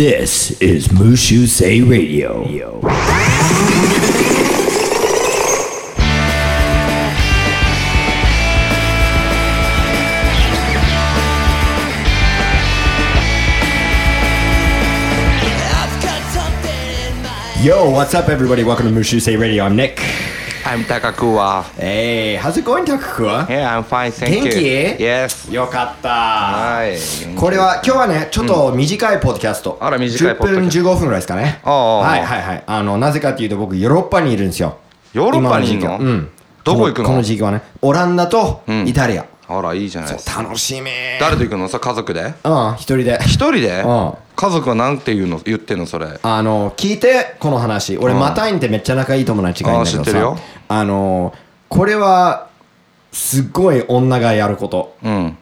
This is Mushu Say Radio. い Yo, what's up, everybody? Welcome to Mushu Say Radio. I'm Nick. I'm Takakuwa. Hey, how's it going, Takakua? Yeah, I'm fine, 元 thank you. 気 Yes. よかった。はい。これは今日はね、ちょっと短いポッドキャスト。あら短いポッドキャスト10分15分ぐらいですかね。ああはいはいはい。あの、なぜかっていうと僕、ヨーロッパにいるんですよ。ヨーロッパにいる今の時期はうん。どこ行くのこの時期はね、オランダとんイタリア。あら、いいじゃないですか。楽しみ。誰と行くのさ、家族でうん、一人で。一人でうん家族はなんて言うの言ってんのそれ。あの聞いてこの話俺うんマタインってめっちゃ仲いい友達がいるんだけどあー知ってるさよあのこれはすっごい女がやることうん。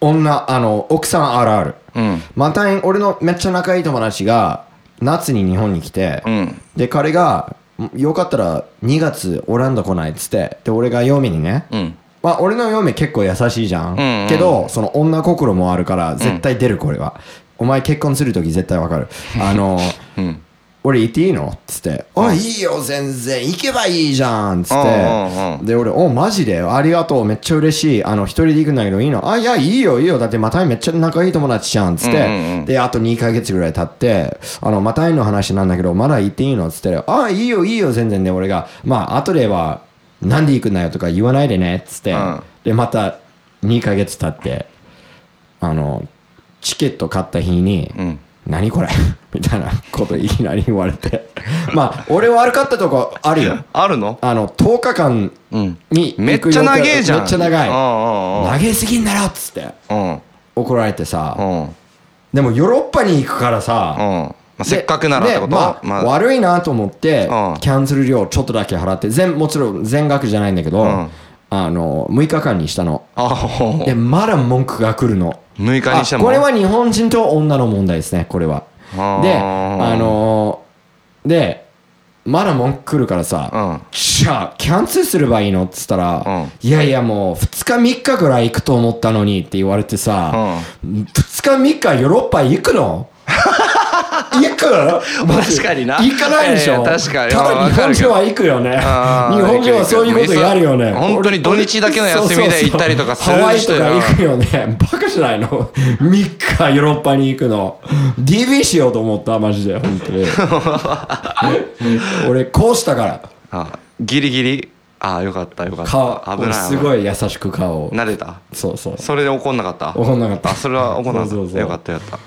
女あの奥さんあるあるうん。マタイン俺のめっちゃ仲いい友達が夏に日本に来て、うん。で彼が「よかったら2月オランダ来ない」っつってで俺が嫁にね、うん。まあ、俺の嫁結構優しいじゃん、んうんけどその女心もあるから絶対出るこれは、お前結婚する時絶対わかるあのうん。俺行っていいのっつって「あいいよ全然行けばいいじゃん」っつっうんうんてうんで俺「おマジでありがとうめっちゃ嬉しいあの一人で行くんだけどいいのあいやいいよいいよだってマタイめっちゃ仲いい友達じゃん」っつっうんうんうてんであと2ヶ月ぐらい経って「あのマタイの話なんだけどまだ行っていいの?」っつって「あいいよいいよ全然で俺がまあ後ではなんで行くんだよ」とか言わないでねっつってうんでまた2ヶ月経ってあのチケット買った日に「うん。何これ みたいなこといきなり言われて まあ俺悪かったとこあるよあるのあの10日間うん。にめっ行く予定ちゃ長えじゃん。めっちゃう長いん長えすぎんだろっつってうんうん。怒られてさうん。うん。ででもヨーロッパに行くからさまあせっかくならっでてことでまあまあ悪いなと思ってうんキャンセル料ちょっとだけ払って全もちろん全額じゃないんだけど、んあの6日間にしたのあほうでまだ文句が来るの6日にしても。あこれは日本人と女の問題ですねこれはあーであのーでまだ文句来るからさ、うんじゃあキャンセルすればいいのっつったら、うんいやいやもう2日3日ぐらい行くと思ったのにって言われてさ、2日3日ヨーロッパ行く の行く確かにな行かないでしょ、いやいや確かにたあだわ日か本るけ人どは行くよね日あー本人はそういうことやるよね行く行く本当に土日だけの休みで行ったりとかするハ人よワイとか行くよねバカじゃないの3日ヨーロッパに行くの DB しようと思ったマジで本 当に俺こうしたからあギリギリああよかったよかった顔危ないすいごい優しく顔を慣れたそうそうそれで怒んなかった怒んなかったあそれは怒んなかったそうそうそうよかったよかっ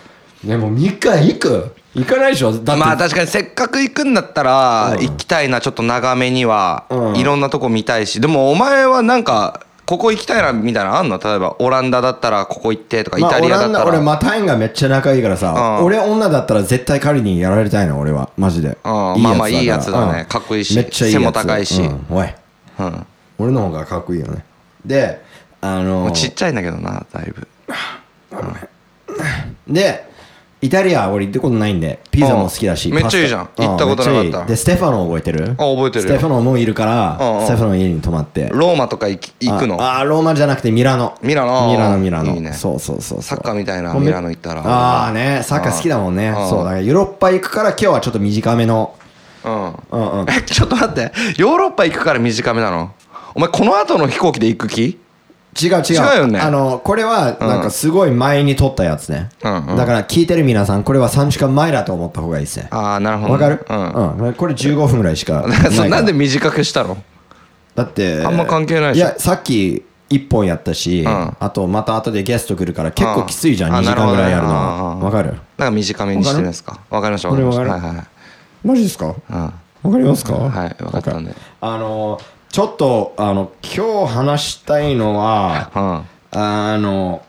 でも3日行く行かないでしょだってたまあ確かにせっかく行くんだったら行きたいなちょっと長めにはうんいろんなとこ見たいしでもお前はなんかここ行きたいなみたいなのあんの例えばオランダだったらここ行ってとかイまあタオリアラだンっダた俺らマタインがめっちゃ仲いいからさうん俺女だったら絶対彼にやられたいの俺はマジでまあいいやつだからまあいいやつだねうんかっこいいしめっちゃいいやつ背も高いしうんおいうん俺の方がかっこいいよねであのちっちゃいんだけどなだいぶでイタリア俺行ったことないんでピザも好きだしうんめっちゃいいじゃん行ったことなかっためちゃいいでステファノ覚えてるあ覚えてスるよテファノもいるからうんうんステファノの家に泊まってローマとか行き行くのああーローマじゃなくてミラノミラノミラノミラノいいねそうそうそうそうサッカーみたいなもうめミラノ行ったらああねサッカー好きだもんねうんそうだからヨーロッパ行くから今日はちょっと短めのうんうんうんえちょっと待ってヨーロッパ行くから短めなのお前この後の飛行機で行く気違う違う違うよねあのこれはなんかすごい前に撮ったやつね、うんうんだから聞いてる皆さんこれは3時間前だと思った方がいいですねああなるほどわかる、うんこれ15分ぐらいしかないかん そうらなんで短くしたのだってあんま関係ないでしょいやさっき1本やったし、んあとまた後でゲスト来るから結構きついじゃん2ああ時間ぐらいやるのなるほどはねわかるなんか短めにしてるんですかわかりましたわかりましたこれわはかいるはいはいマジですかうんわかりますかはいわかったんであのちょっとあの今日話したいのはうんあの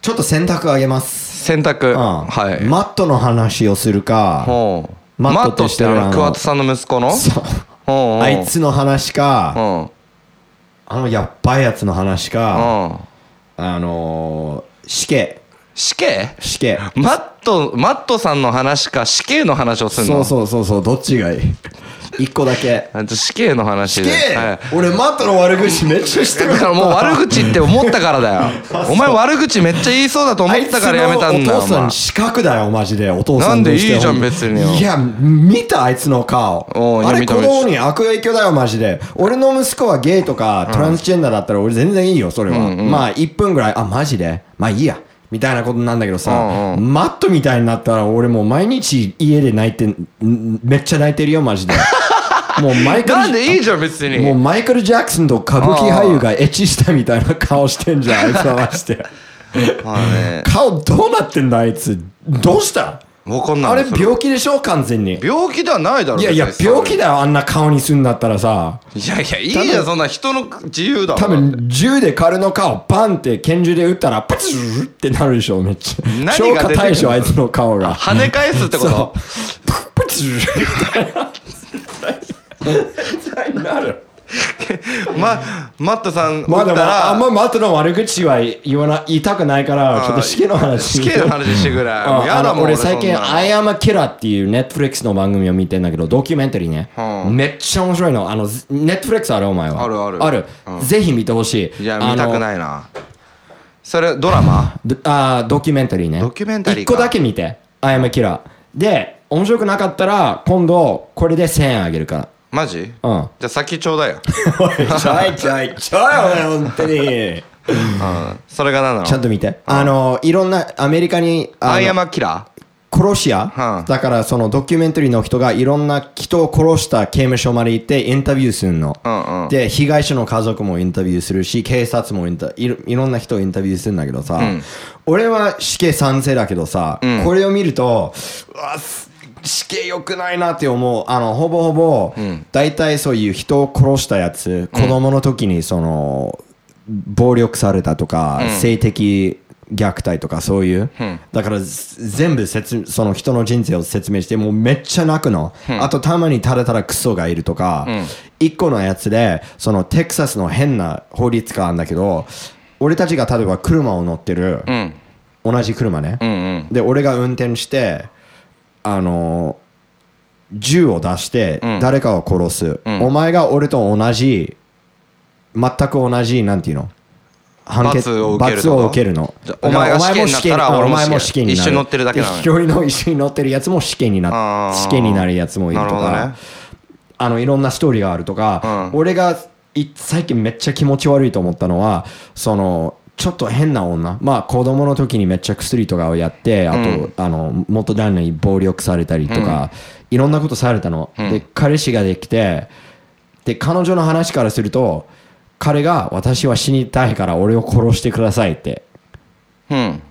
ちょっと選択あげます、洗濯うんはいマットの話をするかほうママットットとっしててるああのの桑田さんの息子のそうほうあいつの話うかんうんあのやっばいやつの話かあのー、死刑死刑死刑マットマットさんの話か死刑の話をするそのうそうそうそうどっちがいい一個だけ。あと死刑の話で。はい俺、マットの悪口めっちゃしてるだからもう悪口って思ったからだ よお前悪口めっちゃ言いそうだと思ったからやめたんだあいつのよお父さん資格だよマジでお父さんとしてなんでいいじゃん別によいや見たあいつの顔おういやあれ見子た見た供に悪影響だよマジで俺の息子はゲイとかトランスジェンダーだったら俺全然いいよそれは、まあ1分ぐらいあマジでまあいいやみたいなことなんだけどさ、うんうマットみたいになったら俺もう毎日家で泣いてんんめっちゃ泣いてるよマジ でもう毎回なんでいいじゃん別にもうマイケル・ジャクソンと歌舞伎俳優がエッチしたみたいな顔してんじゃん、あいつはまして。まあね顔どうなってんだ、あいつ。どうしたわかんないあれそは病気でしょ、完全に。病気ではないだろいやいや、別に病気だよ、あんな顔にすんだったらさ。いやいやいいじゃんそんな人の自由だもん多分、銃で彼の顔バンって拳銃で撃ったら、プツーってなるでしょ、めっちゃ。何消が化出てくる対象、あいつの顔が。跳ね返すってこそとう。プツー絶対なる。まマットさん打まあっでたも、あんらまマットの悪口は言わな、言いたくないから、ちょっと死刑の話。死刑の話してくらいもうあやだのもん俺最近「そんなの I am a killer」っていう Netflix の番組を見てんだけどドキュメンタリーね、うんめっちゃ面白いのあの Netflix あるお前はあるあるある、ぜひ見てほしいいや見たくいないなそれドラマあードキュメンタリーねドキュメンタリーか1個だけ見て「I am a killer」で面白くなかったら今度これで1000円あげるからマジうんじゃあ先ちょうだよおいちょいちょいちょいお前本当にうんそれが何なの ちゃんと見てあのいろんなアメリカにあのアイアマキラー殺し屋、はあだからそのドキュメンタリーの人がいろんな人を殺した刑務所まで行ってインタビューするの、うんうんで被害者の家族もインタビューするし警察もインタいろいろんな人をインタビューするんだけどさ、俺は死刑賛成だけどさ、んこれを見るとうわす死刑良くないなって思うあのほぼほぼ、大体そういう人を殺したやつ子供の時にその暴力されたとか、性的虐待とかそういう、だからぜ全部説その人の人生を説明してもうめっちゃ泣くの、あとたまにただただクソがいるとか、一個のやつでそのテキサスの変な法律があるんだけど俺たちが例えば車を乗ってる、うん同じ車ね、うんうんで俺が運転してあの銃を出してん誰かを殺す、んお前が俺と同じ全く同じなんていうの判罰を受けるってこと罰を受けるのじゃあお前が死刑になったらお俺も前も死死刑刑になる一緒に乗ってるだけなのに一人の一緒に乗ってるやつも死刑にあなー死刑になるやつもいるとなるほどかねあのいろんなストーリーがあるとか、うん俺がい最近めっちゃ気持ち悪いと思ったのはそのちょっと変な女まあ子供の時にめっちゃ薬とかをやってあと、うんあの元旦那に暴力されたりとか、いろんなことされたの、で彼氏ができてで彼女の話からすると彼が私は死にたいから俺を殺してくださいってうん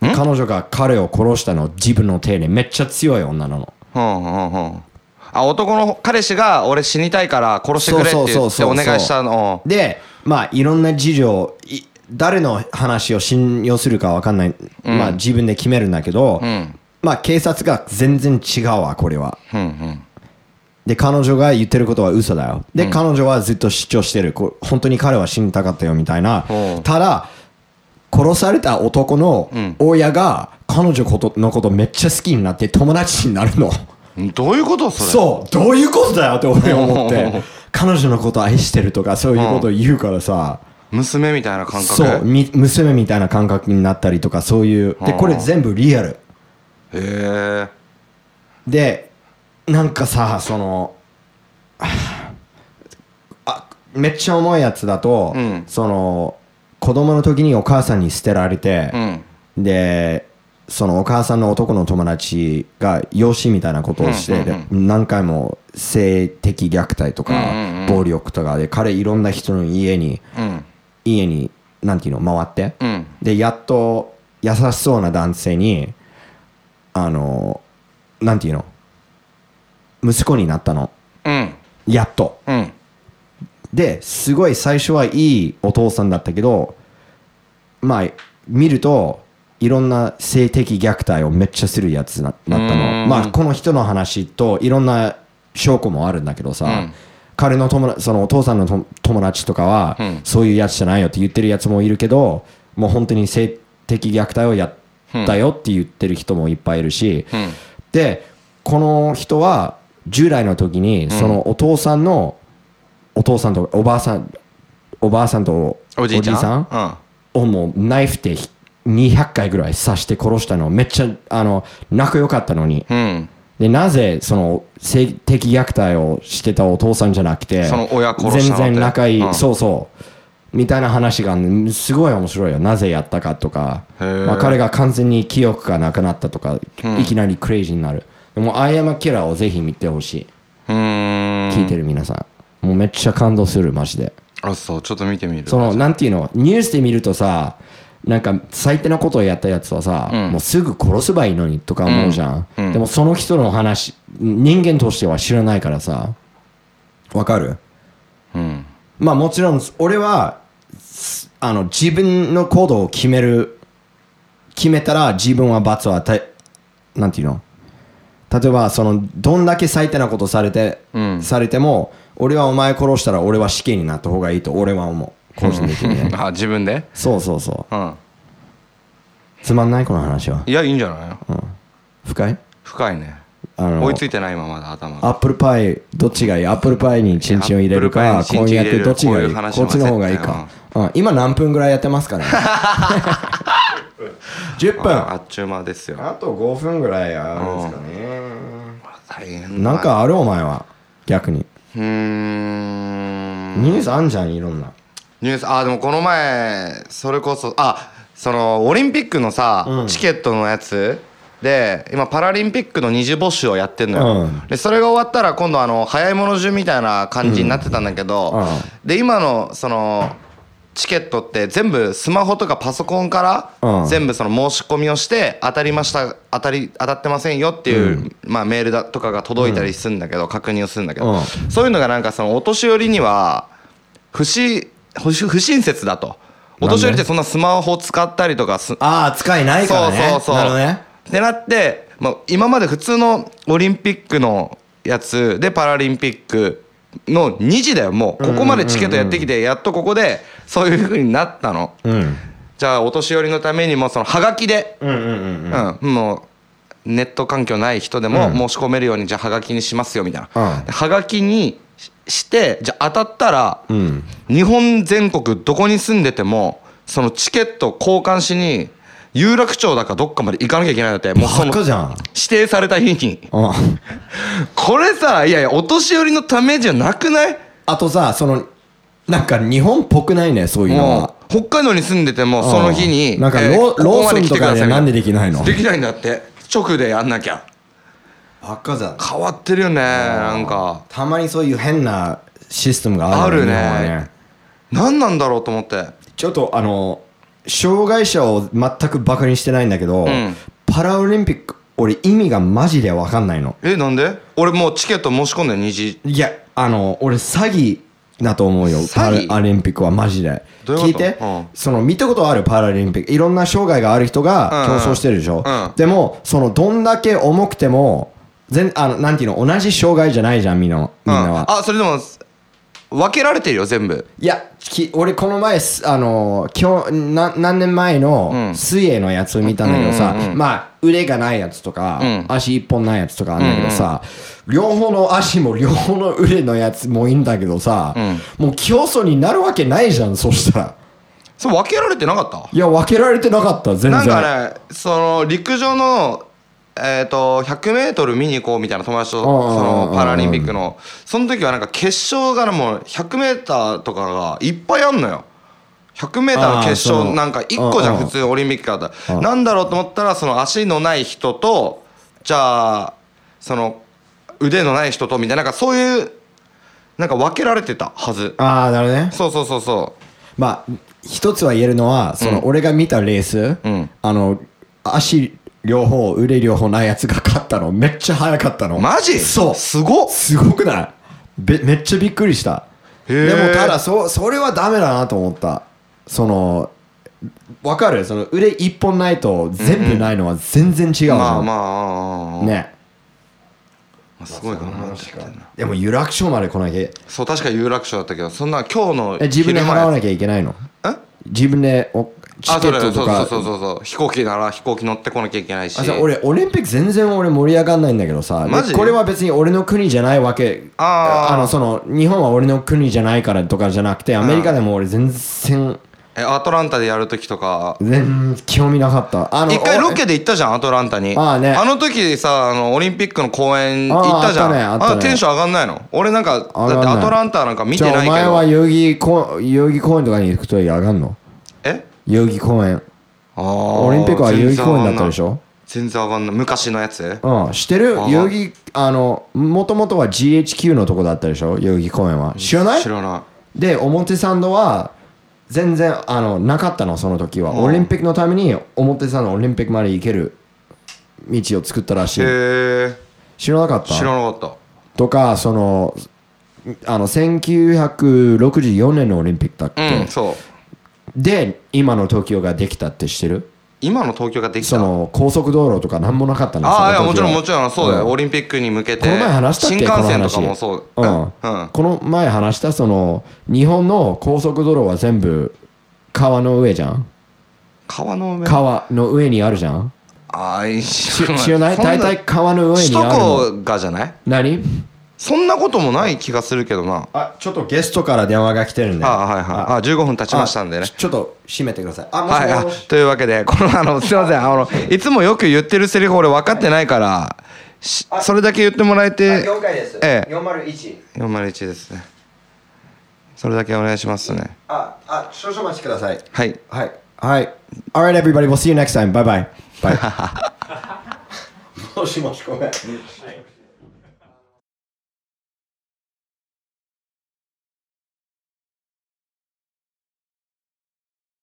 彼女が彼を殺したの自分の手でめっちゃ強い女なのうんうんうんあ男の彼氏が俺死にたいから殺してくれってそう言ってそうそうそうお願いしたのでまあいろんな事情い誰の話を信用するかわかんない、まあ自分で決めるんだけど、うんまあ警察が全然違うわこれはうんうんで彼女が言ってることは嘘だよで、彼女はずっと主張してるこう本当に彼は死にたかったよみたいなおうただ殺された男の親が彼女ことのことめっちゃ好きになって友達になるの。どういうことそれそうどういうことだよって俺思って 彼女のこと愛してるとかそういうことを言うからさ、娘みたいな感覚そうみ娘みたいな感覚になったりとかそういうでこれ全部リアルへえでなんかさそのあめっちゃ重いやつだと、うんその子供の時にお母さんに捨てられてう、んでそのお母さんの男の友達が養子みたいなことをして、うんうんうで何回も性的虐待とかうんうんうん暴力とかで彼いろんな人の家にうん家になんていうの回って、うんでやっと優しそうな男性にあのなんていうの息子になったのうんやっとうんですごい最初はいいお父さんだったけどまあ見るといろんな性的虐待をめっちゃするやつななったうのんまあこの人の話といろんな証拠もあるんだけどさ、うん彼の友達そのお父さんのと友達とかは、うんそういうやつじゃないよって言ってるやつもいるけどもう本当に性的虐待をやったよって言ってる人もいっぱいいるし、うんでこの人は10代の時にそのお父さんのお父さんとかおばあさんおばあさんとおじいちゃんさんをもうナイフでひ200回ぐらい刺して殺したのめっちゃあの仲良かったのにうん、うん、でなぜその性的虐待をしてたお父さんじゃなくてその親殺したのって全然仲いい、うんそうそうみたいな話があるのすごい面白いよなぜやったかとか、へーまあ、彼が完全に記憶がなくなったとか、いきなりクレイジーになるでも「アイアム・キラー」をぜひ見てほしい、うーん聞いてる皆さんもうめっちゃ感動するマジであそうちょっと見てみるそのなんていうのニュースで見るとさなんか最低なことをやったやつはさ、うんもうすぐ殺せばいいのにとか思うじゃん、うんうんでもその人の話人間としては知らないからさわかるうんまあもちろん俺はすあの自分の行動を決める決めたら自分は罰を与えなんていうの例えばそのどんだけ最低なことされて、うんされても俺はお前殺したら俺は死刑になった方がいいと俺は思う個人的にね、 あ自分でそうそうそうんうつまんないこの話はいやいいんじゃない深い深いねあの追いついてない今まだ頭アがップルパイどっちがいいアップルパイにチンチンを入れるいやアかップルこパイにんチンチにゃン入れくるどっちがいいこういう話こっちの方がいいはか、うん、今何分ぐらいやってます かね10分ああっちゅう間ですよと5分ぐらいあるんですかね大変だなんかあるお前は逆にうーんニュースあんじゃんいろんなニュースあでもこの前それこそあそのオリンピックのさ、うんチケットのやつで今パラリンピックの二次募集をやってんのよ、うんでそれが終わったら今度あの早い者順みたいな感じになってたんだけど、うんうんで今のそのチケットって全部スマホとかパソコンからうん全部その申し込みをして当たりました当たり当たってませんよっていう、まあ、メールだとかが届いたりするんだけど、確認をするんだけど、うそういうのがなんかそのお年寄りには不し不し不親切だとおんで年寄りってそんなスマホ使ったりとかすああ使いないからねそうそうそうなるほどねってなって、まあ、今まで普通のオリンピックのやつでパラリンピックの2時だよもうここまでチケットやってきてやっとここでそういう風になったのうんじゃあお年寄りのためにもそのハガキで、うんうんうんうんもうネット環境ない人でもうん申し込めるようにじゃあハガキにしますよみたいな、うんでハガキにししてじゃあ当たったらうん日本全国どこに住んでてもそのチケット交換しに有楽町だかどっかまで行かなきゃいけないんだってもうそバのカ指じゃん定された日にうんこれさいやいやお年寄りのためじゃなくないあとさそのなんか日本っぽくないねそういうのはもう北海道に住んでてもその日に、うんなんかローえーここまローソン来てくださいとかでなんでできないのできないんだって直でやんなきゃ赤じゃん変わってるよねなんかたまにそういう変なシステムがああるるよね日本は何なんだろうと思ってちょっとあの障害者を全くバカにしてないんだけど、んパラオリンピック俺意味がマジで分かんないのえなんで俺もうチケット申し込んで2時いやあの俺詐欺だと思うよパ詐欺ラリンピックはマジでどうい聞うこといて、うんその見たことあるパラリンピックいろんな障害がある人がうんうん競争してるでしょ、うんでもそのどんだけ重くても全あのなんていうの同じ障害じゃないじゃんみんなみんなは、うん、あそれでも分けられてるよ全部いやき俺この前すあの今日な何年前うのん水泳のやつを見たんだけどさ、うんうんうんまあ腕がないやつとか、うん足一本ないやつとかあるんだけどさ、両方の足も両方の腕のやつもいいんだけどさ、もう競争になるわけないじゃんそしたらそれ分けられてなかったいや分けられてなかった全然なんかねその陸上のえー、と 100m 見に行こうみたいな友達とそうんうんうんのパラリンピックのその時はなんか決勝がねもう 100m とかがいっぱいあんのよ 100m の決あーそ勝のなんか1個じゃうんんうん普通オリンピックだっうたらんなんだろうと思ったらその足のない人とじゃあその腕のない人とみたいななんかそういうなんか分けられてたはずああなるほどねそうそうそうそまあ一つは言えるのはその俺が見たレース、んあの足両方腕両方ないやつが勝ったのめっちゃ速かったのうマジそうすごっすごくないべめっちゃびっくりしたへーでもただそそれはダメだなと思ったそのわかるその腕一本ないと全部ないのは全然違うじゃんまあまあ、ね、ねすごい頑張ってきてんなでも有楽町まで来なきゃそう確か有楽町だったけどそんな今日のえ自分で昼払前わなきゃいけないのえ自分でおチあケそうッだトよとそうそかうそうそうそう飛行機なら飛行機乗ってこなきゃいけないしあじゃあ俺オリンピック全然俺盛り上がんないんだけどさでマジこれは別に俺の国じゃないわけあーのその日本は俺の国じゃないからとかじゃなくてアメリカでも俺全然えアトランタでやるときとか全然興味なかったあの一回おロケで行ったじゃんアトランタにああねの時さあのオリンピックの公演あ行あったじゃんあったねあったねのテンション上がんないの俺なんかだって上がんないアトランタなんか見てじゃあないけお前どは代々木公代々木公園とかに行くと上がんのえ代々木公園ああオリンピックは代々木公園だったでしょょ全然上がんない昔のやつうん、知ってるあ代々木あのもともとは GHQ のとこだったでしょ代々木公園は知らない知らないで表参道は全然あのなかったのその時はうんオリンピックのために表参道オリンピックまで行ける道を作ったらしいへえ知らなかった知らなかったとかそのあの1964年のオリンピックだっうんけ、そうで今の東京ができたって知ってる今の東京ができそたあの高速道路とか何もなかったのあそいやのも時ちはろんもちろんそうだよ、うんオリンピックに向けてこの前話したっけ新幹線とかもそうこうのん、う話んこの前話したその日本の高速道路は全部川の上じゃん川の上川の上にあるじゃんああ知らない知らないそんな大体川の上首にあるの都高がじゃない何そんなこともない気がするけどなあちょっとゲストから電話が来てるんでああはいはいああ15分経ちましたんでねちちょっと閉めてくださいあもしもし、はいはいというわけでこのあのすいませんあのいつもよく言ってるセリフ俺分かってないからしそれだけ言ってもらえて4回です、ええ401 401ですねそれだけお願いしますねああ少々お待ちくださいはいはいはい Alright everybody we'll see you next time bye bye bye もしもしごめん